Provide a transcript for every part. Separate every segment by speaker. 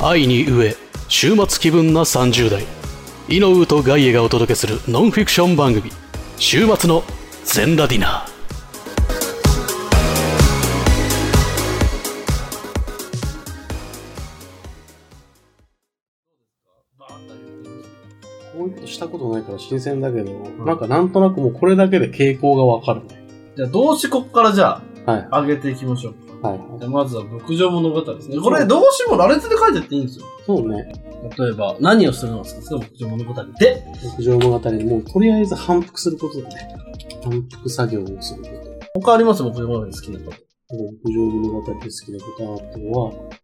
Speaker 1: 愛に飢え週末気分な30代イノウとガイエがお届けするノンフィクション番組「週末のゼンラディナー」
Speaker 2: こういうことしたことないから新鮮だけど、なんかなんとなくもうこれだけで傾向がわかるね。
Speaker 3: じゃあ、どうしこっからじゃ
Speaker 2: はい。
Speaker 3: あ、上げていきましょう。
Speaker 2: はい。
Speaker 3: じゃあまずは牧場物語ですね。これ、どうしも羅列で書いてっていいんですよ。
Speaker 2: そうね。
Speaker 3: 例えば、何をするのですか牧場物語で。
Speaker 2: 牧場物語にもうとりあえず反復することだね。反復作業をすること。
Speaker 3: 他あります牧場物語で好きなこと。
Speaker 2: 牧場物語で好きなこと、あとは、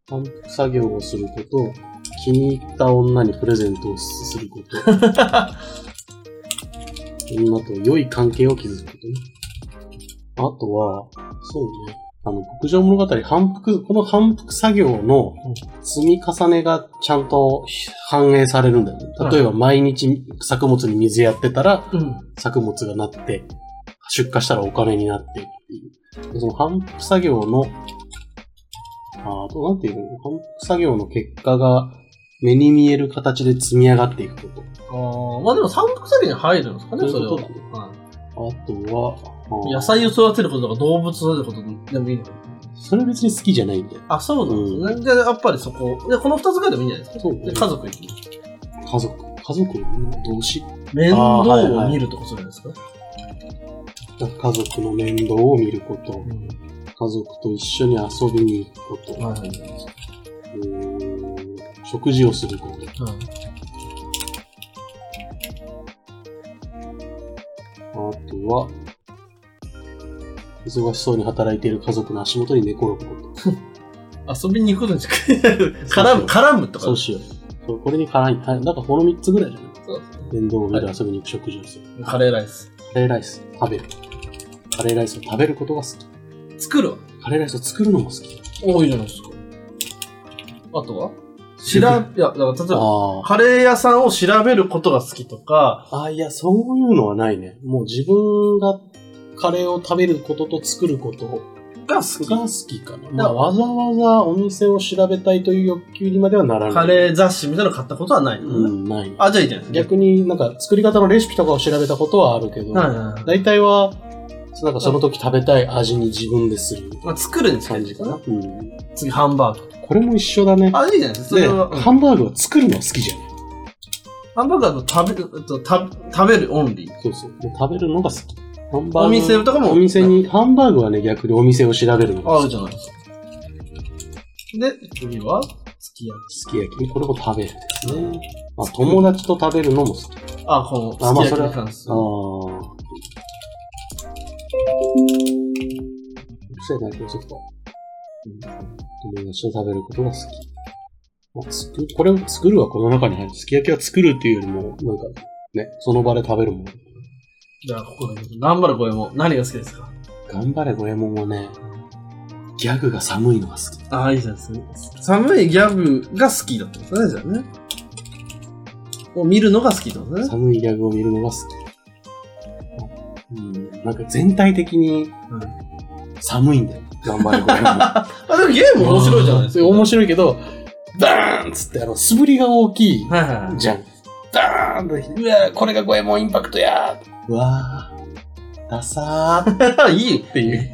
Speaker 2: 反復作業をすること、気に入った女にプレゼントをすること。女と良い関係を築くことね。あとは、そうね。あの、牧場物語、反復、この反復作業の積み重ねがちゃんと反映されるんだよね。例えば、毎日作物に水やってたら、
Speaker 3: うん。
Speaker 2: 作物がなって、出荷したらお金になってっていう。その反復作業の、ああ、どうなんていうの反復作業の結果が目に見える形で積み上がっていくこと。
Speaker 3: あーまあでも三角作業に入るんですかね、そ
Speaker 2: そう
Speaker 3: れ
Speaker 2: いう
Speaker 3: は
Speaker 2: こと。
Speaker 3: うん
Speaker 2: あとは、あー
Speaker 3: 野菜を育てることとか動物を育てることでもいいのかな
Speaker 2: それ別に好きじゃないんだよ。
Speaker 3: あ、そうなんですね。じゃあ、やっぱりそこ。で、この二つぐらいでもいいんじゃないです
Speaker 2: そう
Speaker 3: か。で、
Speaker 2: ね。
Speaker 3: 家族行き。
Speaker 2: 家族。家族の同志
Speaker 3: 面倒
Speaker 2: あーはいはい
Speaker 3: を見るとかそうじゃないですか。
Speaker 2: 家族の面倒を見ること。
Speaker 3: うん
Speaker 2: 家族と一緒に遊びに行くこと。
Speaker 3: はいはいはい。
Speaker 2: うーん食事をすること。
Speaker 3: うん
Speaker 2: あとは、忙しそうに働いている家族の足元に寝転ぶこ
Speaker 3: 遊びに行くのに 絡む、絡むと
Speaker 2: と。
Speaker 3: か。
Speaker 2: そうしよう。そうこれに絡み、はいなんかこの3つぐらいじゃない
Speaker 3: そうですね
Speaker 2: 面倒を見る、遊びに行く、食事をする。
Speaker 3: カレーライス。
Speaker 2: カレーライス、食べる。カレーライスを食べることが好き。
Speaker 3: 作るわ。
Speaker 2: カレーライスを作るのも好き。
Speaker 3: 多いじゃないですか。あとは調べ、いや、だから例えば、
Speaker 2: ああ。
Speaker 3: カレー屋さんを調べることが好きとか、
Speaker 2: ああ、いや、そういうのはないね。もう自分がカレーを食べることと作ること
Speaker 3: が
Speaker 2: が
Speaker 3: 好
Speaker 2: 好きかな。まあわざわざお店を調べたいという欲求にまではならな
Speaker 3: き。
Speaker 2: い。
Speaker 3: カレー雑誌みたいなの買ったことはないのね、
Speaker 2: うん、ない。
Speaker 3: あ、じゃあいいじゃないですか。
Speaker 2: 逆になんか作り方のレシピとかを調べたことはあるけど、
Speaker 3: はいはいはい
Speaker 2: 大体は、なんかその時食べたい味に自分でする
Speaker 3: まあ、作るに近い
Speaker 2: 感
Speaker 3: で
Speaker 2: じ
Speaker 3: す
Speaker 2: か
Speaker 3: か
Speaker 2: な
Speaker 3: ね。。
Speaker 2: うん
Speaker 3: 次、ハンバーグ。
Speaker 2: これも一緒だね。
Speaker 3: あ、いいじゃないですか。そ
Speaker 2: で、
Speaker 3: れは。うん
Speaker 2: ハンバーグは作るのは好きじゃない。
Speaker 3: ハンバーグは食べる、えっと食べ食べるオンリー。
Speaker 2: そうそう。で食べるのが好き。ハンバー
Speaker 3: お
Speaker 2: グ。
Speaker 3: 店とかも。
Speaker 2: お店に、ハンバーグはね、逆にお店を調べるのが
Speaker 3: あ
Speaker 2: 好
Speaker 3: る
Speaker 2: き。
Speaker 3: じゃないですか。で、次は、すき焼
Speaker 2: すき焼き。これも食べるですね。まあ、友達と食べるのも好き。
Speaker 3: き。あ、こ
Speaker 2: あま
Speaker 3: の、
Speaker 2: あ
Speaker 3: すき焼き
Speaker 2: それ
Speaker 3: に
Speaker 2: は
Speaker 3: 関す
Speaker 2: あ
Speaker 3: る。
Speaker 2: あ。うるせえな、これちょっと。友達と食べることが好き。まあ、つく、これを作るはこの中に入る。すき焼きは作るっていうよりも、なんか、ね、その場で食べるもん。
Speaker 3: じゃあ、ここで、頑張る声も、何が好きですか
Speaker 2: 頑張れ、五右衛門はね、ギャグが寒いのが好き。
Speaker 3: ああ、いいじゃないですか。寒いギャグが好きだったんですね、じゃあね。を見るのが好きってことね。
Speaker 2: 寒いギャグを見るのが好き。うん、なんか全体的に
Speaker 3: うん、
Speaker 2: 寒いんだよ。頑張れ、五右衛門。
Speaker 3: あ、でもゲーム面白いじゃないですか。
Speaker 2: 面白いけど、バーン っつって、あの、素振りが大きい。
Speaker 3: はいはいはい。
Speaker 2: じゃん。ダーンと、うわこれが五右衛門インパクトやーうわーダサーっ
Speaker 3: あいい。
Speaker 2: ていう。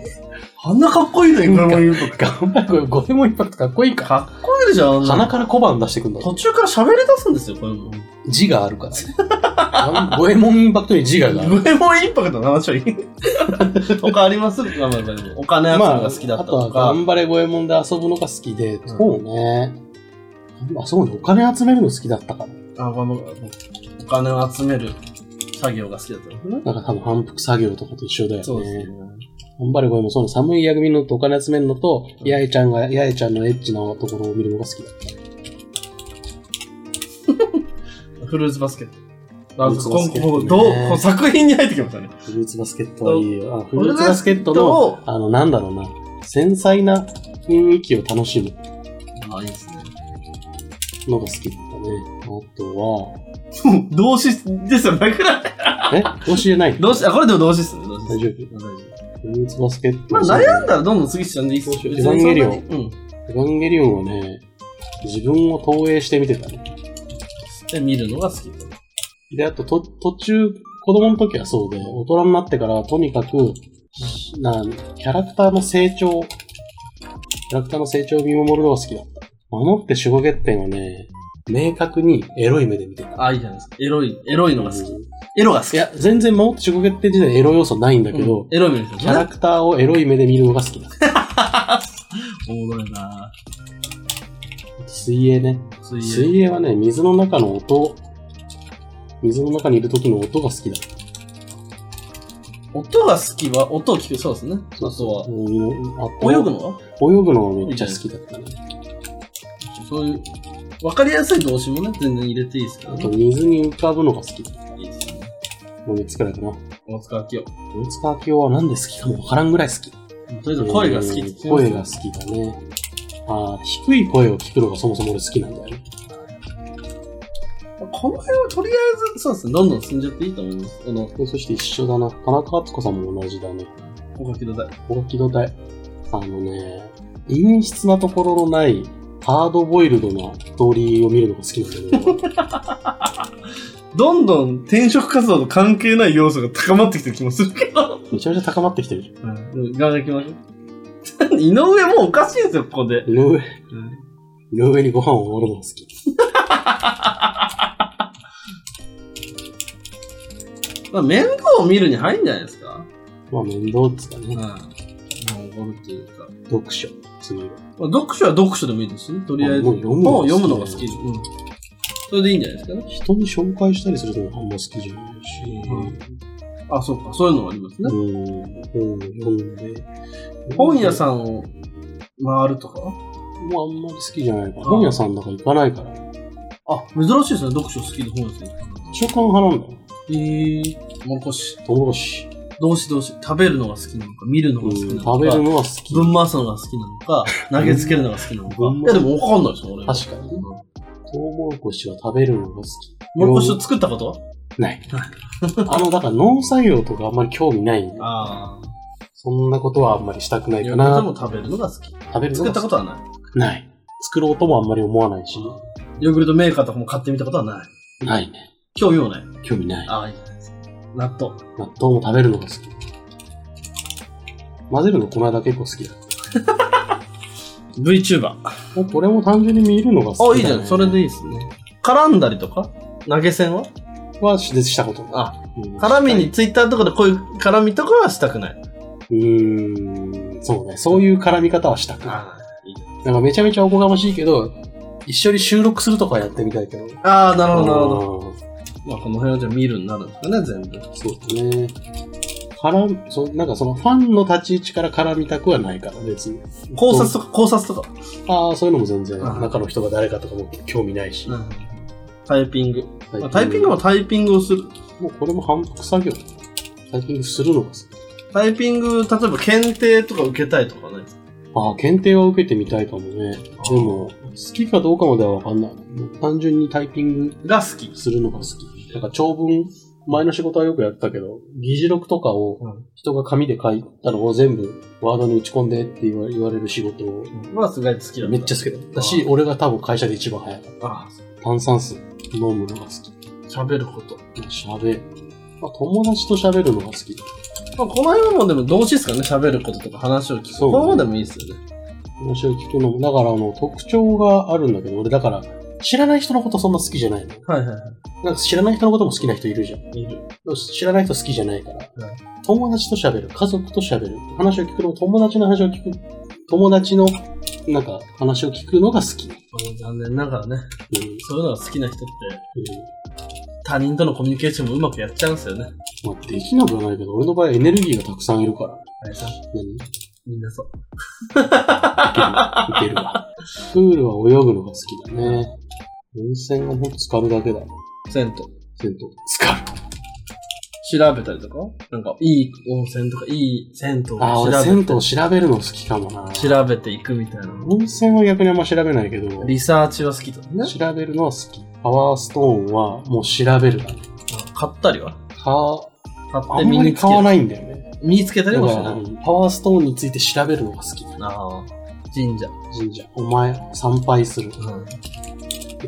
Speaker 3: あんなかっこいいのに、
Speaker 2: なんか
Speaker 3: 言うとか。
Speaker 2: 頑張れ、五右衛門インパクトかっこいいか。
Speaker 3: かっこいいじゃん、あんな
Speaker 2: 鼻から小判出してくんだ。
Speaker 3: 途中から喋り出すんですよ、これも。
Speaker 2: 字がある から。五右衛門インパクトに字がある。
Speaker 3: ブエモンインパクトの話はいい。他あります頑張ればお金集めが好きだった
Speaker 2: あとは
Speaker 3: とか。
Speaker 2: 頑張れ五右衛門で遊ぶのが好きで、
Speaker 3: ん
Speaker 2: そうね。あ、そうね。お金集めるの好きだったから。
Speaker 3: あ、頑張お金を集める作業が好きだったんですね。
Speaker 2: なんか多分反復作業とかと一緒だよね。
Speaker 3: そうですね。
Speaker 2: 頑張れ、これもそうね、寒い矢組のとお金集めるのと、八重ちゃんが、八重ちゃんのエッチなところを見るのが好きだった。
Speaker 3: フルーツバスケット。あ
Speaker 2: フルーツバスケットね
Speaker 3: こんこどうこの作品に入ってきましたね。
Speaker 2: フルーツバスケットはいいよ。あ、フ
Speaker 3: フ
Speaker 2: ルーツバスケットの、
Speaker 3: を、
Speaker 2: あの、なんだろうな、繊細な雰囲気を楽しむ。
Speaker 3: あ、いいですね。
Speaker 2: のが好きだったね。あとは、
Speaker 3: 動詞ですよ、なくない
Speaker 2: え教えない
Speaker 3: 動詞、あ、これでも動詞っすね、動詞
Speaker 2: 大
Speaker 3: っす。
Speaker 2: 丈夫
Speaker 3: 大丈夫。
Speaker 2: フルーツバスケット。
Speaker 3: まあ、悩んだらどんどん次しちゃうんでいいっすよ。
Speaker 2: エヴァンゲリオン
Speaker 3: うん。
Speaker 2: エヴァンゲリオンはね、自分を投影して見てたね。
Speaker 3: で、見るのが好きと。
Speaker 2: で、あと、と、途中、子供の時はそうで、大人になってから、とにかく、な、キャラクターの成長、キャラクターの成長を見守るのが好きだった。守って守護欠点をね、明確にエロい目で見てた。
Speaker 3: あ、いいじゃないですか。エロい、エロいのが好き。
Speaker 2: うん
Speaker 3: エロが好き。
Speaker 2: いや、全然守って守護欠点自体にエロ要素ないんだけど、
Speaker 3: うんエロい見る人。
Speaker 2: キャラクターをエロい目で見るのが好きだ。
Speaker 3: おもろいな
Speaker 2: 水泳ね。
Speaker 3: 水泳。
Speaker 2: 水泳はね、水の中の音、水の中にいる時の音が好きだ。
Speaker 3: 音が好きは、音を聞く、そうですね。あとは、
Speaker 2: うんあと
Speaker 3: 泳ぐのは
Speaker 2: 泳ぐのがめっちゃ好きだったね。
Speaker 3: そういう、わかりやすい動詞もね、全然入れていいですけど
Speaker 2: あ
Speaker 3: ね
Speaker 2: と。水に浮かぶのが好きだ。
Speaker 3: い
Speaker 2: も
Speaker 3: いですね。
Speaker 2: う3つくらいかな。
Speaker 3: 大塚明夫。
Speaker 2: 大塚明夫はなんで好きかもわからんぐらい好き。
Speaker 3: とりあえず声が好きって
Speaker 2: え
Speaker 3: 言ってます
Speaker 2: ー声
Speaker 3: よ
Speaker 2: が好きだね。あー低い声を聞くのがそもそも俺好きなんだよね。
Speaker 3: この辺はとりあえず、そうですね、どんどん進んじゃっていいと思います。あの、
Speaker 2: そして一緒だな。田中敦子さんも同じだね。
Speaker 3: お書きください。
Speaker 2: 大木戸大。あのね、陰湿なところのない、ハードボイルドなストーリーを見るのが好きなんだけど、
Speaker 3: どんどん転職活動と関係ない要素が高まってきてる気もするけど。
Speaker 2: めちゃめちゃ高まってきてるじ
Speaker 3: うん。頑張っていきましょう。井上もうおかしいですよ、ここで。
Speaker 2: ゃん。井上、井上にご飯をおごるのが好き。
Speaker 3: まあ、面倒を見るに入んじゃないですか。
Speaker 2: まあ面倒っつうか
Speaker 3: うん。
Speaker 2: ね、
Speaker 3: まあ、怒るっていうか。
Speaker 2: 読書。次は。
Speaker 3: まあ、読書は読書でもいいですね、とりあえず。
Speaker 2: あもう読
Speaker 3: 本を読む
Speaker 2: むのが好き
Speaker 3: のが好き。うん。それでいいんじゃないですかね。
Speaker 2: 人に紹介したりするのもあんま好きじゃないし、
Speaker 3: あ、そうか、そういうのがありますね。
Speaker 2: うん、本を読んで。
Speaker 3: 本屋さんを回るとか
Speaker 2: んもあんまり好きじゃないから、本屋さんだから行かないから、
Speaker 3: あ、珍しいですね、読書好きで本屋さん行くの。
Speaker 2: 図書館派なんだよ。
Speaker 3: えー、もろこし。
Speaker 2: 友達。
Speaker 3: どうしどうし、食べるのが好きなのか、見るの
Speaker 2: う、
Speaker 3: が好きなんのか、
Speaker 2: 食べるのは好き。
Speaker 3: ぶん回すのが好きなの か、投げつけるのが好きなのか。
Speaker 2: うん
Speaker 3: いや、でもわかんないですよ、俺は。
Speaker 2: 確かにね。トウモロコシは食べるのが好き。
Speaker 3: もろこしを作ったことは
Speaker 2: ない。あの、だから農作業とかあんまり興味ないんで、
Speaker 3: ああ。
Speaker 2: そんなことはあんまりしたくない
Speaker 3: で
Speaker 2: か
Speaker 3: も
Speaker 2: な。
Speaker 3: 食べるのが好き。
Speaker 2: 食べる
Speaker 3: 作
Speaker 2: のが
Speaker 3: ったことはない。
Speaker 2: ない。作ろうともあんまり思わないし、
Speaker 3: ヨーグルトメーカーとかも買ってみたことはない。
Speaker 2: ないね。
Speaker 3: 興味もない。
Speaker 2: 興味ない。
Speaker 3: ああ、いいじゃないですか。納豆。
Speaker 2: 納豆も食べるのが好き。混ぜるのこの間結構好きだ。
Speaker 3: VTuber。
Speaker 2: これも単純に見るのが好
Speaker 3: あ、い
Speaker 2: き
Speaker 3: いじ
Speaker 2: だ、ね。
Speaker 3: ゃん。それでいいですね。絡んだりとか投げ銭は
Speaker 2: はししたことない。
Speaker 3: あ、
Speaker 2: うん
Speaker 3: 絡みに、ツイッターとかでこういう絡みとかはしたくない。
Speaker 2: うーん、そうね。そういう絡み方はしたく
Speaker 3: あ
Speaker 2: ない。なんかめちゃめちゃおこがましいけど、一緒に収録するとかやってみたいけど。
Speaker 3: あー、なるほど、なるほど。
Speaker 2: ど。
Speaker 3: まあ、この辺はじゃあ見るになるんですかね、全部。
Speaker 2: そうですね。絡む、そなんかそのファンの立ち位置から絡みたくはないから、別に。
Speaker 3: 考察とか、考察とか。
Speaker 2: ああ、そういうのも全然、
Speaker 3: うん
Speaker 2: 中の人が誰かとかも興味ないし。
Speaker 3: タイピング。まあタイピング
Speaker 2: も
Speaker 3: もタイピングをする。
Speaker 2: もうこれも反復作業。タイピングするのが好き。
Speaker 3: タイピング、例えば検定とか受けたいとかね。
Speaker 2: ああ、検定は受けてみたいかもね。でも、好きかどうかまではわかんない。もう単純にタイピング
Speaker 3: が好き。
Speaker 2: するのが好き。なんか長文、前の仕事はよくやったけど、議事録とかを
Speaker 3: うん
Speaker 2: 人が紙で書いたのを全部ワードに打ち込んでって言わ言われる仕事を
Speaker 3: まあ、すごい好きだ
Speaker 2: めっちゃ好きだったし、俺が多分会社で一番早かっ
Speaker 3: ああ、
Speaker 2: た。炭酸水飲むのが好き。
Speaker 3: 喋ること。
Speaker 2: 喋る。まあ、友達と喋るのが好き。
Speaker 3: まあ、この辺はもうでも動詞ですからね、喋ることとか話を聞く。
Speaker 2: そう
Speaker 3: このままでもいいですよね。
Speaker 2: 話を聞くのも、だからあの特徴があるんだけど、俺だから知らない人のことそんな好きじゃないの。
Speaker 3: はいはいは
Speaker 2: なんか知らない人のことも好きな人いるじゃん。
Speaker 3: い。いる。
Speaker 2: 知らない人好きじゃないか
Speaker 3: う
Speaker 2: ら。
Speaker 3: ん
Speaker 2: 友達と喋る、家族と喋る、話を聞くのも友達の話を聞く、友達の、なんか話を聞くのが好き。うん
Speaker 3: 残念ながらね、そういうのが好きな人って、
Speaker 2: う
Speaker 3: 他人とのコミュニケーションもうまくやっちゃうんですよね。
Speaker 2: んまあ、できなくはないけど、俺の場合エネルギーがたくさんいるから。
Speaker 3: あれさ、
Speaker 2: 何
Speaker 3: みんなそう。
Speaker 2: いけるわ。プールは泳ぐのが好きだね。温泉がもう浸かるだけだ。
Speaker 3: 銭湯。
Speaker 2: 銭湯。浸かる。
Speaker 3: 調べたりとかなんか、いい温泉とか、いい銭湯を
Speaker 2: あー、
Speaker 3: 調
Speaker 2: 俺、
Speaker 3: べ
Speaker 2: 銭湯
Speaker 3: て、
Speaker 2: 調べるの好きかもな。
Speaker 3: 調べていくみたいなの。
Speaker 2: 温泉は逆にあんま調べないけど、
Speaker 3: リサーチは好きだね。
Speaker 2: 調べるのは好き。パワーストーンはもう調べるだね。
Speaker 3: 買ったりは
Speaker 2: か
Speaker 3: 買っ
Speaker 2: あ
Speaker 3: て
Speaker 2: ん
Speaker 3: 身
Speaker 2: ま
Speaker 3: に
Speaker 2: り
Speaker 3: つ
Speaker 2: 買わ
Speaker 3: け
Speaker 2: ないんだよね。
Speaker 3: 身につけたり
Speaker 2: だ
Speaker 3: も
Speaker 2: か
Speaker 3: し
Speaker 2: ら、
Speaker 3: な
Speaker 2: う
Speaker 3: い。
Speaker 2: んパワーストーンについて調べるのが好き。
Speaker 3: ああ、神社。
Speaker 2: 神社、お前、参拝す
Speaker 3: う
Speaker 2: る。
Speaker 3: ん。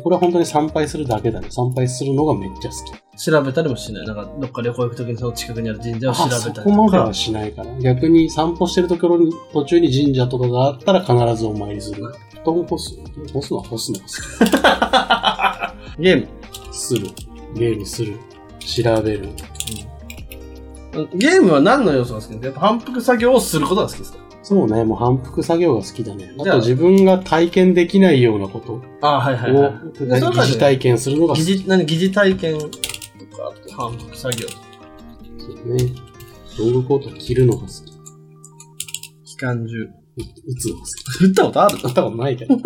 Speaker 2: これは本当に参拝するだけだね。参拝するのがめっちゃ好き。
Speaker 3: 調べたりもしない。なんか、どっか旅行行くときにその近くにある神社を調
Speaker 2: あ
Speaker 3: べた
Speaker 2: そ
Speaker 3: りと
Speaker 2: こまで
Speaker 3: か
Speaker 2: は。しないから。逆に散歩してるところに、途中に神社とかがあったら必ずお参りする。布団干す。干すのは干すのが好
Speaker 3: ゲーム。
Speaker 2: き。する。ゲームする。調べる。
Speaker 3: ゲームは何の要素が好きですかやっぱ反復作業をすることが好きですか
Speaker 2: そうね、もう反復作業が好きだね。あ
Speaker 3: じゃあ
Speaker 2: と自分が体験できないようなことを、
Speaker 3: ああ、はいはいはい。やそうだね
Speaker 2: 疑似体験するのが好
Speaker 3: 疑
Speaker 2: き
Speaker 3: 似、何、疑似体験とか、あと反復作業。
Speaker 2: ね。ロングコート着るのが好き。
Speaker 3: 機関銃。
Speaker 2: 打つのが好き。
Speaker 3: 打ったことある
Speaker 2: 打ったことないけど。
Speaker 3: ん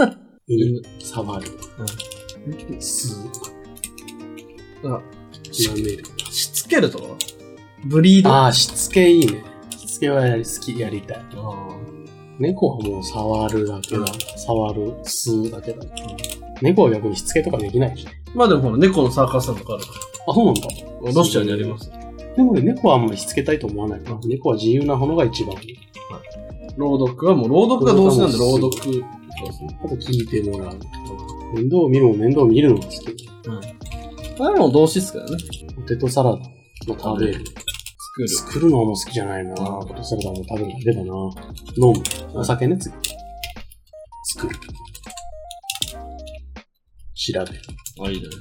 Speaker 2: 犬、触る。吸う。
Speaker 3: うん。
Speaker 2: 舐める。
Speaker 3: しつけるとかブリード。あ
Speaker 2: ああ、しつけいいね。しつけはやり好き、やりたい。
Speaker 3: あ。
Speaker 2: 猫はもう触るだけだ。触る、吸うだけだ。猫は逆にしつけとかできないしね。
Speaker 3: まあでもほら、猫のサーカスさんとかあるか
Speaker 2: あ、そうなんだ。
Speaker 3: ら。ロシアにあります。
Speaker 2: でもね、猫はあんまりしつけたいと思わないから。猫は自由なものが一番。あ
Speaker 3: 朗読はもう、朗読が動詞なんで、朗読。そうですね。
Speaker 2: と聞いてもらう。面倒を見るも面倒を見るのが好き。
Speaker 3: あれも動詞っすからね。
Speaker 2: ポテトサラダも食べる。
Speaker 3: 作る。
Speaker 2: 作るのはもう好きじゃないな。ポテトサラダも食べるだけだな。飲む。お酒ね、次。作る。調べる。
Speaker 3: あ、いいじゃない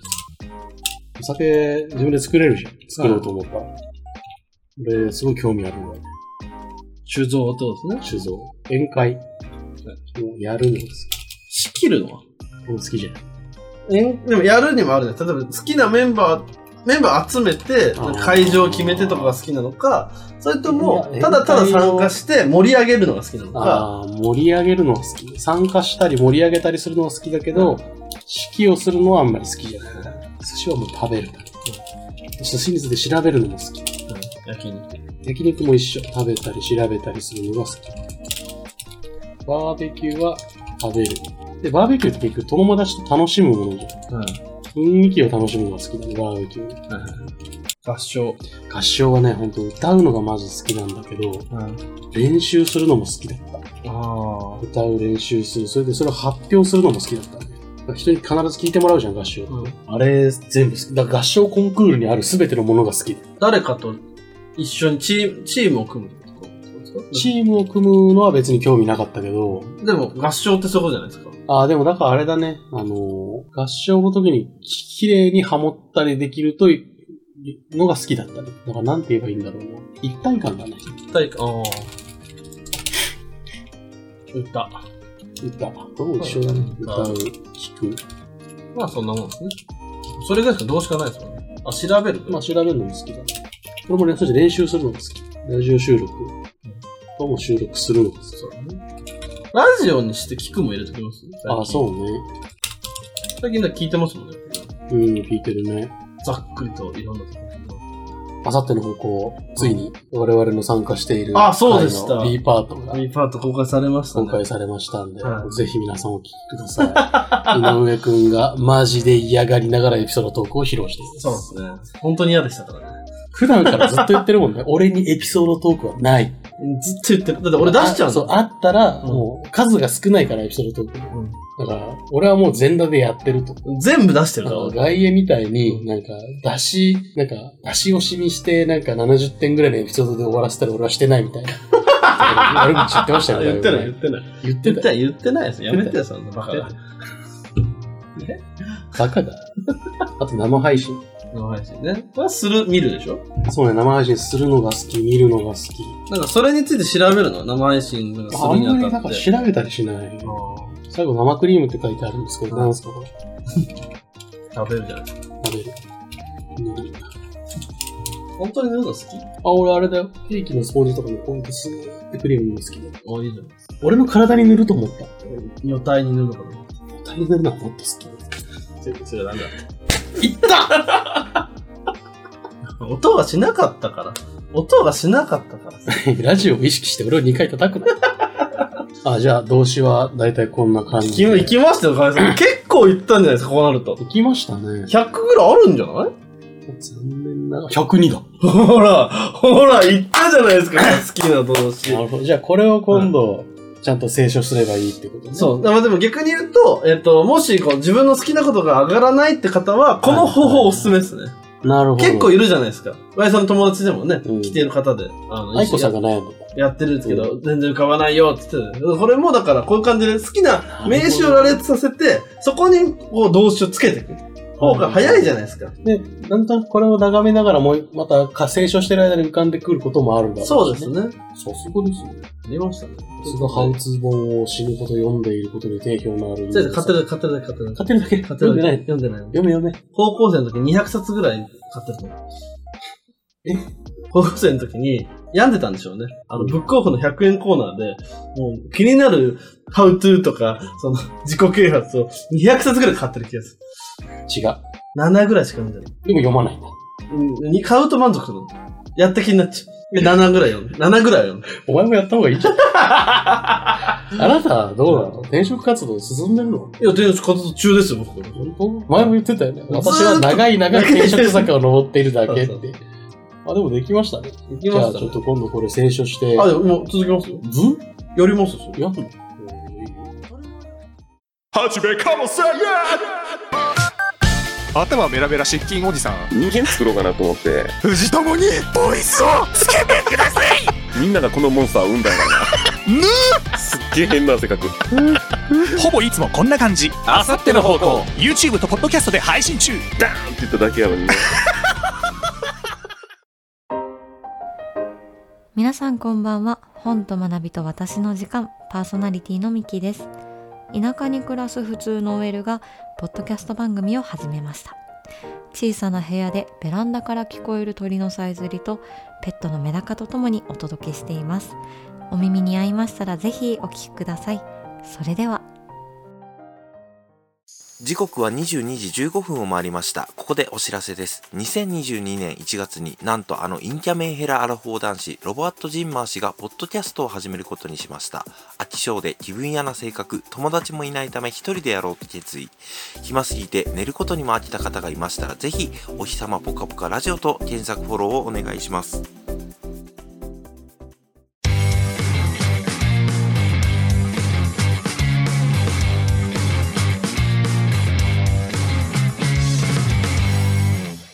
Speaker 2: お酒、自分で作れるじゃん。作ろうと思ったら。俺、すごい興味あるんだよね。
Speaker 3: 酒造ってことですね。
Speaker 2: 酒造。宴会。もうやるのが好き。
Speaker 3: 仕切るのは
Speaker 2: もう好きじゃない。
Speaker 3: えでもやるにもあるね。例えば好きなメンバー、メンバー集めて
Speaker 2: あー、
Speaker 3: 会場を決めてとかが好きなのか、それとも
Speaker 2: いや、
Speaker 3: ただただ
Speaker 2: 宴会を
Speaker 3: 参加して盛り上げるのが好きなのか、
Speaker 2: ああ、盛り上げるのは好き。参加したり盛り上げたりするのは好きだけど、指揮をするのはあんまり好きじゃない。寿司はもう食べるだけ。そして清水で調べるのも好き。
Speaker 3: うん焼肉。
Speaker 2: 焼肉も一緒。食べたり調べたりするのが好き。バーベキューは食べる。で、バーベキューって結局友達と楽しむものじゃん。
Speaker 3: うん。
Speaker 2: 雰囲気を楽しむのが好きだね、バーベキュー。
Speaker 3: 合唱。
Speaker 2: 合唱はね、ほんと歌うのがまず好きなんだけど、
Speaker 3: うん。
Speaker 2: 練習するのも好きだった。
Speaker 3: あ
Speaker 2: 歌う練習する。それでそれを発表するのも好きだったね。人に必ず聞いてもらうじゃん、合唱。
Speaker 3: うん。
Speaker 2: あれ、全部好き。だから合唱コンクールにある全てのものが好きだ。
Speaker 3: 誰かと一緒にチーム、チームを組むってことですか
Speaker 2: チームを組むのは別に興味なかったけど、
Speaker 3: でも合唱ってそういうことじゃないですか。
Speaker 2: ああ、でもだからあれだね。あのー合唱の時にき綺麗にハモったりできるとい、のが好きだったね。だからなんて言えばいいんだろうな。一体感だね。
Speaker 3: 誰か、ああ。 歌。
Speaker 2: 歌。どうも一緒だね。歌う、聞く。
Speaker 3: まあそんなもんですね。それぐらいしかどうしかないですもんね。あ、調べる
Speaker 2: まあ調べるのも好きだね。俺もね、そして練習するのも好き。ラジオ収録。とも収録するのも好き。
Speaker 3: そうだね。ラジオにして聞くも入れときます。
Speaker 2: ああ、そううね。
Speaker 3: 最近だから聞いてますもんね。
Speaker 2: うん、聞いてるね。
Speaker 3: ざっくりといろんなとこ
Speaker 2: あさっての方向、ついに我々の参加している
Speaker 3: あそうでした
Speaker 2: 回の B パートが
Speaker 3: ろ。ミパート公開されました
Speaker 2: 公
Speaker 3: ね。
Speaker 2: 開されましたんで、
Speaker 3: はい
Speaker 2: ぜひ皆さんお聞きくださ い。井上くんがマジで嫌がりながらエピソードトークを披露しています。
Speaker 3: そうですね。本当に嫌でしたからね。
Speaker 2: 普段からずっと言ってるもんね。 俺にエピソードトークはない。
Speaker 3: ずっと言ってる。だって俺出しちゃうの。
Speaker 2: あそう、あったら、
Speaker 3: うん
Speaker 2: もう数が少ないからエピソードトーク。だから、俺はもう全裸でやってると。
Speaker 3: うん全部出してる
Speaker 2: あ
Speaker 3: から
Speaker 2: の
Speaker 3: 俺。
Speaker 2: 外野みたいに、なんか、出し、なんか、出し惜しみして、なんか70点ぐらいのエピソードで終わらせたら俺はしてない みたいな。悪口言ってましたよね。
Speaker 3: 言ってない、言ってない。
Speaker 2: 言って
Speaker 3: 言って
Speaker 2: た
Speaker 3: ない、
Speaker 2: よ。
Speaker 3: 言ってないです。やめてよ、そんなバカが。
Speaker 2: バカだ。あと生配信。
Speaker 3: 生配信ね。これはする、見るでしょ
Speaker 2: そうね、生配信するのが好き、見るのが好き。
Speaker 3: なんかそれについて調べるの生配信がす
Speaker 2: あ
Speaker 3: る
Speaker 2: ん
Speaker 3: に
Speaker 2: まり
Speaker 3: あ
Speaker 2: な
Speaker 3: た
Speaker 2: ん
Speaker 3: っ
Speaker 2: か
Speaker 3: て。
Speaker 2: 調べたりしない。
Speaker 3: あ
Speaker 2: 最後生クリームって書いてあるんですけど、
Speaker 3: うん
Speaker 2: 何すかこれ。
Speaker 3: ー食べるじゃないですか。
Speaker 2: 食べる。うん
Speaker 3: 本当に塗るの好き
Speaker 2: あ、俺あれだよ。ケーキのスポンジとかにポンとスーってクリームも好きだ。
Speaker 3: あ、いいじゃない
Speaker 2: 俺の体に塗ると思った。
Speaker 3: 女体に塗るのかな
Speaker 2: 体に塗るのはもっと好き。
Speaker 3: それなんだ
Speaker 2: いった
Speaker 3: 音がしなかったから。音がしなかったから さ。
Speaker 2: ラジオを意識して俺を2回叩くな。 あ、じゃあ、動詞は大体こんな感
Speaker 3: 行
Speaker 2: じ
Speaker 3: き
Speaker 2: で。
Speaker 3: 行きましたよ、カさん。結構行ったんじゃないですか、こうなると。
Speaker 2: 行きましたね。
Speaker 3: 100ぐらいあるんじゃない
Speaker 2: 残念ながら。102だ。
Speaker 3: ほら、ほら、言ったじゃないですか、好きな動詞。
Speaker 2: なるほど。じゃあ、これを今度、ちゃんと清書すればいいってことね。
Speaker 3: そう。まあでも逆に言うと、えっ、と、もしこう自分の好きなことが上がらないって方は、この方法おすすめですね。
Speaker 2: う。なるほど。
Speaker 3: 結構いるじゃないですか。ワイさんの友達でもね、
Speaker 2: うん
Speaker 3: 来てる方で、あの、
Speaker 2: 愛子さん
Speaker 3: や
Speaker 2: が悩む。
Speaker 3: やってるんですけど、全然浮かばないよって言ってた。これもだから、こういう感じで好きな名詞を羅列させて、そこにこう動詞をつけていく方が早いじゃないですか。
Speaker 2: で、なんとなくこれを眺めながらもう、また、か清書してる間に浮かんでくることもあるんだろ
Speaker 3: そうです。ね。
Speaker 2: さすがですね。
Speaker 3: ありましたね。
Speaker 2: そのハウツー本を死ぬほど読んでいることで定評のある。
Speaker 3: 先生、買ってる、買ってる、買ってる。
Speaker 2: 買ってるだけ。
Speaker 3: 買って
Speaker 2: 読んでない。
Speaker 3: 読んでない。
Speaker 2: 読め読め。
Speaker 3: 高校生の時200冊ぐらい買ってると思う。高校生の時に病んでたんでしょうね。あの、ブックオフの100円コーナーで、もう気になる How to とか、その自己啓発を200冊ぐらい買ってる気がする。
Speaker 2: 違う。
Speaker 3: 7ぐらいしか読んでない。
Speaker 2: でも読まないんだ。
Speaker 3: うん、に買うと満足するの。やった気になっちゃう。で7ぐらい読んで、7ぐらい読んで。
Speaker 2: お前もやった方がいいじゃん。 あなた、どうなの転職活動進んでるの
Speaker 3: いや、転職活動中ですよ、僕。
Speaker 2: 本当前も言ってたよね。
Speaker 3: ずーっと
Speaker 2: 私は長い長い転職坂を登っているだけって
Speaker 3: そうそう。
Speaker 2: あ、でもできましたね。
Speaker 3: 行き
Speaker 2: じ
Speaker 3: ま
Speaker 2: ゃ
Speaker 3: し
Speaker 2: あち
Speaker 3: た、
Speaker 2: ょっ
Speaker 3: ね。
Speaker 2: と今度これ清書して。
Speaker 3: あ、でももう続きますよ。
Speaker 2: ぶ
Speaker 3: やりますよ、それ
Speaker 2: やんの
Speaker 4: 始めかもせん頭ベラベラ失禁おじさん
Speaker 5: 人間作ろうかなと思って
Speaker 4: 藤友にボイスをつけてください
Speaker 5: みんながこのモンスターを産んだんだな
Speaker 4: ぬ
Speaker 5: すっげえ変な性格
Speaker 4: ほぼいつもこんな感じあさっての方向 YouTube とポッドキャストで配信中
Speaker 5: ダーンって言っただけやのにね
Speaker 6: 皆さんこんばんは本と学びと私の時間パーソナリティのミキです田舎に暮らす普通の OL がポッドキャスト番組を始めました小さな部屋でベランダから聞こえる鳥のさえずりとペットのメダカとともにお届けしていますお耳に合いましたらぜひお聞きくださいそれでは
Speaker 7: 時刻は22時15分を回りました。ここでお知らせです。2022年1月になんとあのインキャメンヘラアラフォー男子ロボアット・ジンマー氏がポッドキャストを始めることにしました。飽き性で気分屋な性格、友達もいないため一人でやろうと決意。暇すぎて寝ることにも飽きた方がいましたらぜひお日様ポカポカラジオと検索フォローをお願いします。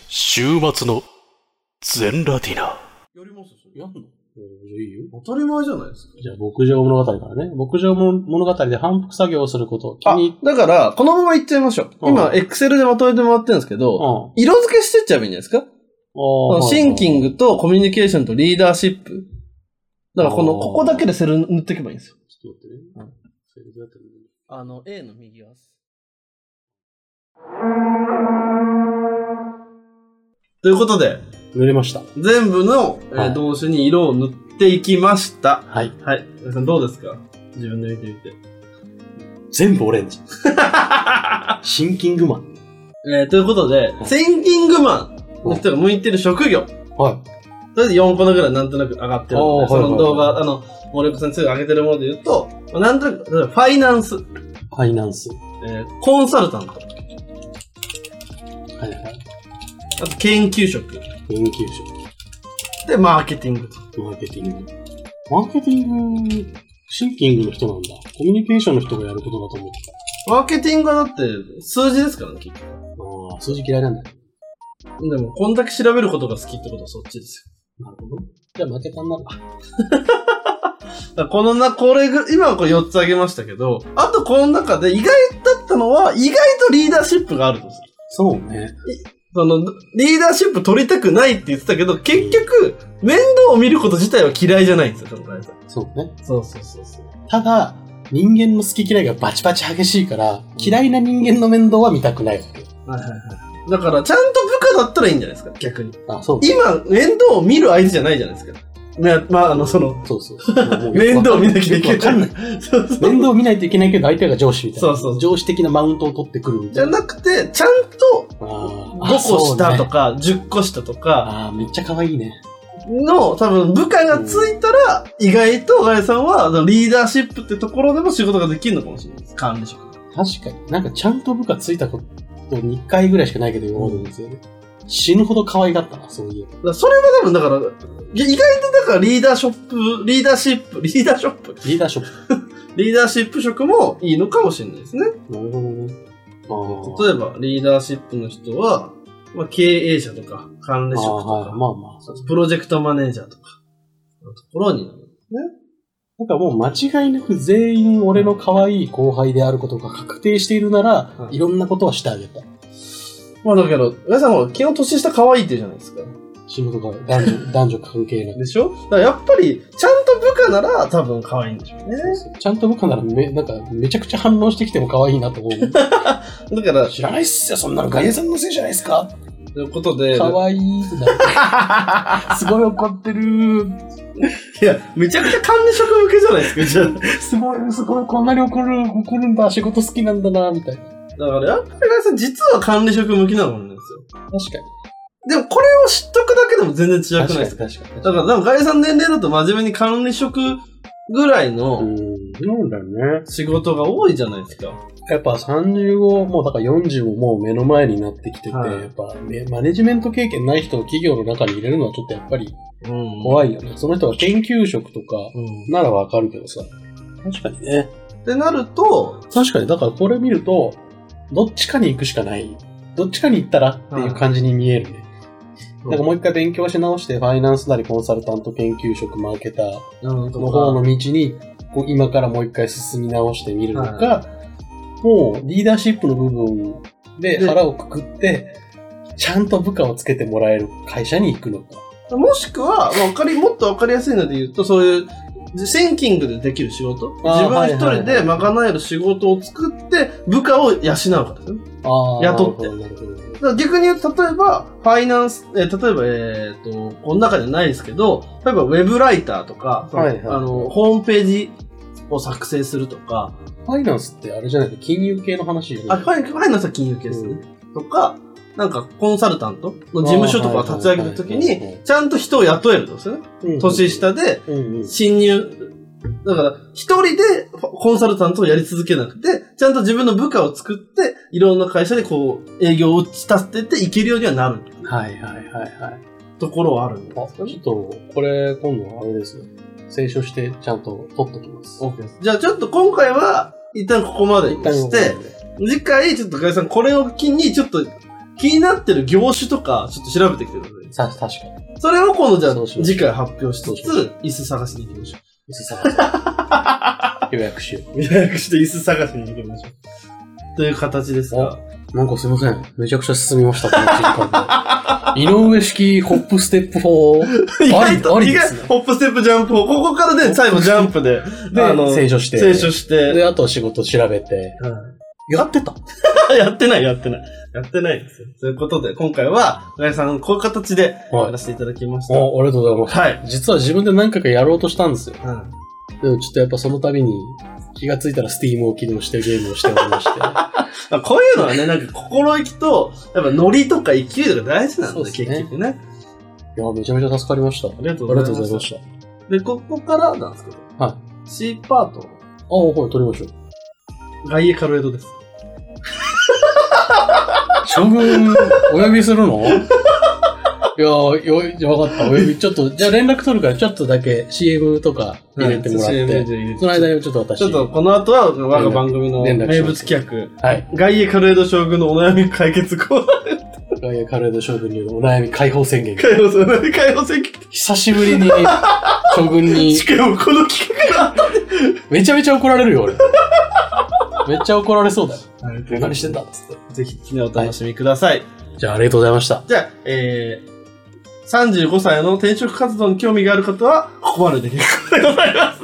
Speaker 1: 週末の全ラディナ。
Speaker 3: やりますよ、それ
Speaker 2: やんのうんじゃあいいよ。
Speaker 3: 当たり前じゃないですか。
Speaker 2: じゃあ、牧場物語からね。牧場物語で反復作業をすること。気
Speaker 3: あ
Speaker 2: に、
Speaker 3: だから、このままいっちゃいましょう。
Speaker 2: うん
Speaker 3: 今、エクセルでまとめてもらってるんですけ
Speaker 2: う
Speaker 3: ど、
Speaker 2: ん。
Speaker 3: 色付けしてっちゃえばいいんじゃないですか
Speaker 2: あー
Speaker 3: シンキン。グとコミュニケーションとリーダーシップ。だから、この、
Speaker 2: あー
Speaker 3: ここだけでセル塗っていけばいいんですよ。
Speaker 2: ちょっと待ってね。それどうやって見る
Speaker 3: あの、A の右側です。ということで、
Speaker 2: 塗れました。
Speaker 3: 全部の、えー
Speaker 2: はい
Speaker 3: 動詞に色を塗っていきました。
Speaker 2: はい。
Speaker 3: はい。皆さんどうですか自分で見てみて。
Speaker 2: 全部オレンジ。 シンキングマン。
Speaker 3: えーということで、
Speaker 2: い
Speaker 3: センキングマンの人が向いてる職業。
Speaker 2: は
Speaker 3: それで4個のぐらいなんとなく上がってるの
Speaker 2: あ
Speaker 3: で、
Speaker 2: ーは
Speaker 3: そ
Speaker 2: いはい
Speaker 3: の動画、あの、森岡さんにすぐ上げてるもので言うと、なんとなく、例えばファイナンス、
Speaker 2: い。ファイナンス。
Speaker 3: えーコンサルタント、
Speaker 2: はいはい。
Speaker 3: あと研究職、
Speaker 2: 研究所。
Speaker 3: で、マーケティングと。
Speaker 2: マーケティング。マーケティング、シンキングの人なんだ。コミュニケーションの人がやることだと思って
Speaker 3: マーケティングはだって数字ですからね、きっと。
Speaker 2: た。ああ、数字嫌いなんだ。
Speaker 3: でも、こんだけ調べることが好きってことはそっちです
Speaker 2: なるほど。じゃあ負けたんなる。
Speaker 3: よ。だからこのな、これぐ、今はこれ4つ上げましたけど、あとこの中で意外だったのは、意外とリーダーシップがあるとする。
Speaker 2: そうね。
Speaker 3: その、リーダーシップ取りたくないって言ってたけど、結局、面倒を見ること自体は嫌いじゃないんですよ、考えたら
Speaker 2: そうね。
Speaker 3: そうそうそうそう。
Speaker 2: ただ、人間の好き嫌いがバチバチ激しいから、嫌いな人間の面倒は見たくないわけ。
Speaker 3: はいはいはい。だから、ちゃんと部下だったらいいんじゃないですか、逆に。
Speaker 2: あ、そう。
Speaker 3: 今、面倒を見る相手じゃないじゃないですか。ま、まあ、あの、その、
Speaker 2: そうそう そう。もう
Speaker 3: 面倒を見なきゃいけ
Speaker 2: よくわかん
Speaker 3: な
Speaker 2: ない
Speaker 3: い。。そうそう。
Speaker 2: 面倒を見ないといけないけど、相手が上司みたいな。
Speaker 3: そうそう
Speaker 2: 上司的なマウントを取ってくるみ
Speaker 3: じ
Speaker 2: た
Speaker 3: ゃ
Speaker 2: いな。
Speaker 3: なくて、ちゃんと
Speaker 2: あー
Speaker 3: 5個下とか、10個下とか
Speaker 2: ああ、めっちゃ可愛いね。
Speaker 3: の、多分部下がついたら、意外とガイさんはそのリーダーシップってところでも仕事ができるのかもしれないです。管理職。
Speaker 2: 確かに。なんかちゃんと部下ついたこと2回ぐらいしかないけど、今までの人生で。死ぬほど可愛がったな、そういえば
Speaker 3: だからそれは多分だから、いや意外とだからリーダーショップ、リーダーシップ、リーダーショップ、
Speaker 2: リーダーショッ
Speaker 3: リーダーシップ職もいいのかもしれないですね。
Speaker 2: プ。なるほどね。ああ。
Speaker 3: 例えば、リーダーシップの人は、まあ、経営者とか、管理職と
Speaker 2: ああはい、
Speaker 3: か、
Speaker 2: まあまあ。
Speaker 3: プロジェクトマネージャーとか、のところに、
Speaker 2: なんかもう間違いなく全員俺の可愛い後輩であることが確定しているなら、
Speaker 3: うん
Speaker 2: いろんなことはしてあげたい。
Speaker 3: まあだけど、皆さんも昨日年下可愛いって言うじゃないですか。
Speaker 2: 死ぬほど可愛い。男女、男女関係なく。
Speaker 3: でしょだからやっぱり、ちゃんと部下なら多分可愛いんでしょうね。
Speaker 2: ちゃんと部下ならめ、なんかめちゃくちゃ反応してきても可愛いなと思う。
Speaker 3: だから、
Speaker 2: 知らないっすよ、そんなの外野さんのせいじゃないですか。
Speaker 3: ということで、
Speaker 2: 可愛いってな る。すごい怒ってる。
Speaker 3: いや、めちゃくちゃ管理職向けじゃないですか、じゃあ
Speaker 2: すごい、すごい、こんなに怒る、怒るんだ、仕事好きなんだな、みたいな。
Speaker 3: だから、やっぱりガイさん、実は管理職向きなもんなんですよ。
Speaker 2: 確か
Speaker 3: でも、これを知っとくだけでも全然違
Speaker 2: に。
Speaker 3: くない
Speaker 2: 確
Speaker 3: で
Speaker 2: か
Speaker 3: す
Speaker 2: に、
Speaker 3: か
Speaker 2: 確かに。
Speaker 3: だから、でも、ガイさん年齢だと真面目に管理職ぐらいの
Speaker 2: ん、そうだね。
Speaker 3: 仕事が多いじゃないですか。
Speaker 2: やっぱ35、もうだから40ももう目の前になってきてて、
Speaker 3: はい
Speaker 2: やっぱねマネジメント経験ない人を企業の中に入れるのはちょっとやっぱり
Speaker 3: うん
Speaker 2: 怖
Speaker 3: い。
Speaker 2: いよね。その人が研究職とか
Speaker 3: うん。
Speaker 2: ならわかるけどさ。確かにね。
Speaker 3: ってなると、
Speaker 2: 確かに、だからこれ見ると、どっちかに行くしかない。どっちかに行ったらっていう感じに見えるね。
Speaker 3: うん
Speaker 2: なんかもう一回勉強し直して、ファイナンスなりコンサルタント研究職マーケター
Speaker 3: うん、
Speaker 2: の方の道に、こう今からもう一回進み直してみるのか、もうリーダーシップの部分で
Speaker 3: で
Speaker 2: 腹をくくって、ちゃんと部下をつけてもらえる会社に行くのか。
Speaker 3: もしくは、まあ、わかり、もっとわかりやすいので言うと、そういう、シンキングでできる仕事
Speaker 2: あ
Speaker 3: 自分
Speaker 2: ー
Speaker 3: 一
Speaker 2: はい
Speaker 3: 人
Speaker 2: はいは
Speaker 3: で
Speaker 2: い
Speaker 3: 賄える仕事を作って、部下を養うかですね。
Speaker 2: あー
Speaker 3: 雇って
Speaker 2: なるほどなるほど
Speaker 3: だから逆に言うと、例えば、ファイナンス、えー例えば、えっ、と、この中じゃないですけど、例えば、ウェブライターとか、その
Speaker 2: はいはい
Speaker 3: あの、ホームページを作成するとか、
Speaker 2: ファイナンスってあれじゃないの金融系の話じゃな
Speaker 3: あ、
Speaker 2: い
Speaker 3: ファイファイナンスは金融系ですね。とか、なんか、コンサルタントの事務所とかを立ち上げたとき
Speaker 2: あーはいはいはいは
Speaker 3: に、ちゃんと人を雇えるんですよね。
Speaker 2: うん
Speaker 3: 年下で、
Speaker 2: うんうん
Speaker 3: 新入、だから、一人でコンサルタントをやり続けなくて、ちゃんと自分の部下を作って、いろんな会社でこう、営業を打ち立てていけるようにはなる
Speaker 2: はいはいはいはい。
Speaker 3: ところはあるんで
Speaker 2: あ、
Speaker 3: す
Speaker 2: ち
Speaker 3: よ
Speaker 2: ょ
Speaker 3: ね。
Speaker 2: っと、これ、今度あれですね。清書して、ちゃんと取っときます。
Speaker 3: じゃあちょっと今回は、一旦ここまでにして、次回ちょっとガイさんこれを機に、ちょっと気になってる業種とか、ちょっと調べてきてくださ
Speaker 2: さ、確かに。
Speaker 3: い。それを今度じゃ
Speaker 2: そ
Speaker 3: あ
Speaker 2: うしましょう
Speaker 3: 次回発表しつ
Speaker 2: そうしましょ
Speaker 3: つ、椅子探しに行きましょ
Speaker 2: 椅子探せ予約しよ
Speaker 3: う。予約して椅子探しに行きましょう。という形ですが。
Speaker 2: う。なんかすいません。めちゃくちゃ進みました、この時 間で。井上式ホップステップ4。
Speaker 3: 意
Speaker 2: あり
Speaker 3: 外と、
Speaker 2: あり
Speaker 3: 意
Speaker 2: で
Speaker 3: 外
Speaker 2: すね。
Speaker 3: ホップステップジャンプを、ここからね、最後ジャンプで、
Speaker 2: で
Speaker 3: あの、
Speaker 2: 清書して
Speaker 3: 清書して。
Speaker 2: で、あとは仕事調べて。やってた
Speaker 3: やってない、やってない。やってないですよ。ということで、今回は、ガイさん、こういう形で、
Speaker 2: はい
Speaker 3: やらせていただきました。
Speaker 2: おありがとうございます。
Speaker 3: はい。
Speaker 2: 実は自分で何回かやろうとしたんですよ。
Speaker 3: うん
Speaker 2: でもちょっとやっぱその度に気がついたらスティームを起動してゲームをしておりま して。
Speaker 3: まあこういうのはね、なんか心意気と、やっぱノリとか勢いとか大事なん
Speaker 2: そう
Speaker 3: だ、
Speaker 2: っすね
Speaker 3: 結局ね。
Speaker 2: いや、めちゃめちゃ助かりました。あ
Speaker 3: りがとう
Speaker 2: り
Speaker 3: ご
Speaker 2: が
Speaker 3: ざ
Speaker 2: と
Speaker 3: いうま
Speaker 2: ご
Speaker 3: し
Speaker 2: ざ
Speaker 3: た
Speaker 2: いました。
Speaker 3: で、ここからなんですけど、。
Speaker 2: はい
Speaker 3: C パート、
Speaker 2: あ、はい、取りましょう。
Speaker 3: 外野カルエドです。
Speaker 2: 将軍、お呼びするの いやよ、じゃあ分かった。お呼び、ちょっと、じゃあ連絡取るから、ちょっとだけ CM とか入れてもらって、
Speaker 3: はい CM で入れて
Speaker 2: その間にちょっと私、
Speaker 3: ちょっと、この後は、我が番組の
Speaker 2: 連絡します
Speaker 3: 名物企画、
Speaker 2: はい、
Speaker 3: 外野カルエド将軍のお悩み解決コーナー。
Speaker 2: ガイアカレード将軍によるお悩み解放宣言。
Speaker 3: 解放する。解放戦
Speaker 2: 久しぶりに、 将軍に
Speaker 3: し、かもこの企画が。
Speaker 2: めちゃめちゃ怒られるよ、俺。 めっちゃ怒られそうだよ。何してんだっつっ
Speaker 3: ぜ
Speaker 2: て。
Speaker 3: ひ、ね、お楽しみください。
Speaker 2: じゃあ、ありがとうございま した。
Speaker 3: じゃあ、えー、35歳の転職活動に興味がある方は、ここまでで結構でございます。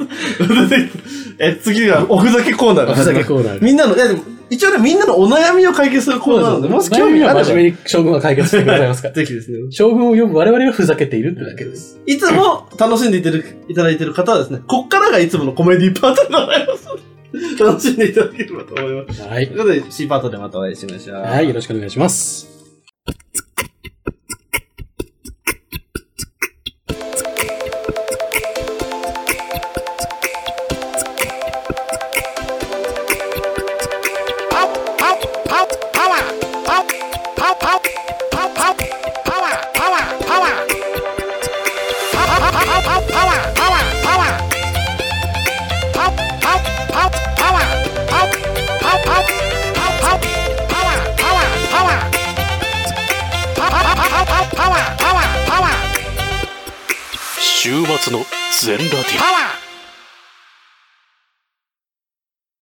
Speaker 3: え次は、おふざけコーナーが
Speaker 2: ふ
Speaker 3: 始
Speaker 2: ざ
Speaker 3: ま
Speaker 2: け
Speaker 3: る。
Speaker 2: コーナー
Speaker 3: みんなの、いやでも、一応ね、みんなのお悩みを解決するコーナーなので、もし興味があれば、
Speaker 2: 真面目に将軍は解決してくださいますから。
Speaker 3: ぜひですね、
Speaker 2: 将軍を呼ぶ我々がふざけているってだけです。
Speaker 3: いつも楽しんでいてるいただいてる方はですね、こっからがいつものコメディパートになります。楽しんでいただければと思います。
Speaker 2: はい
Speaker 3: とい。うことで、C パートでまたお会いしましょう。
Speaker 2: はい、よろしくお願いします。
Speaker 7: 週末の全ラディオ
Speaker 1: パワー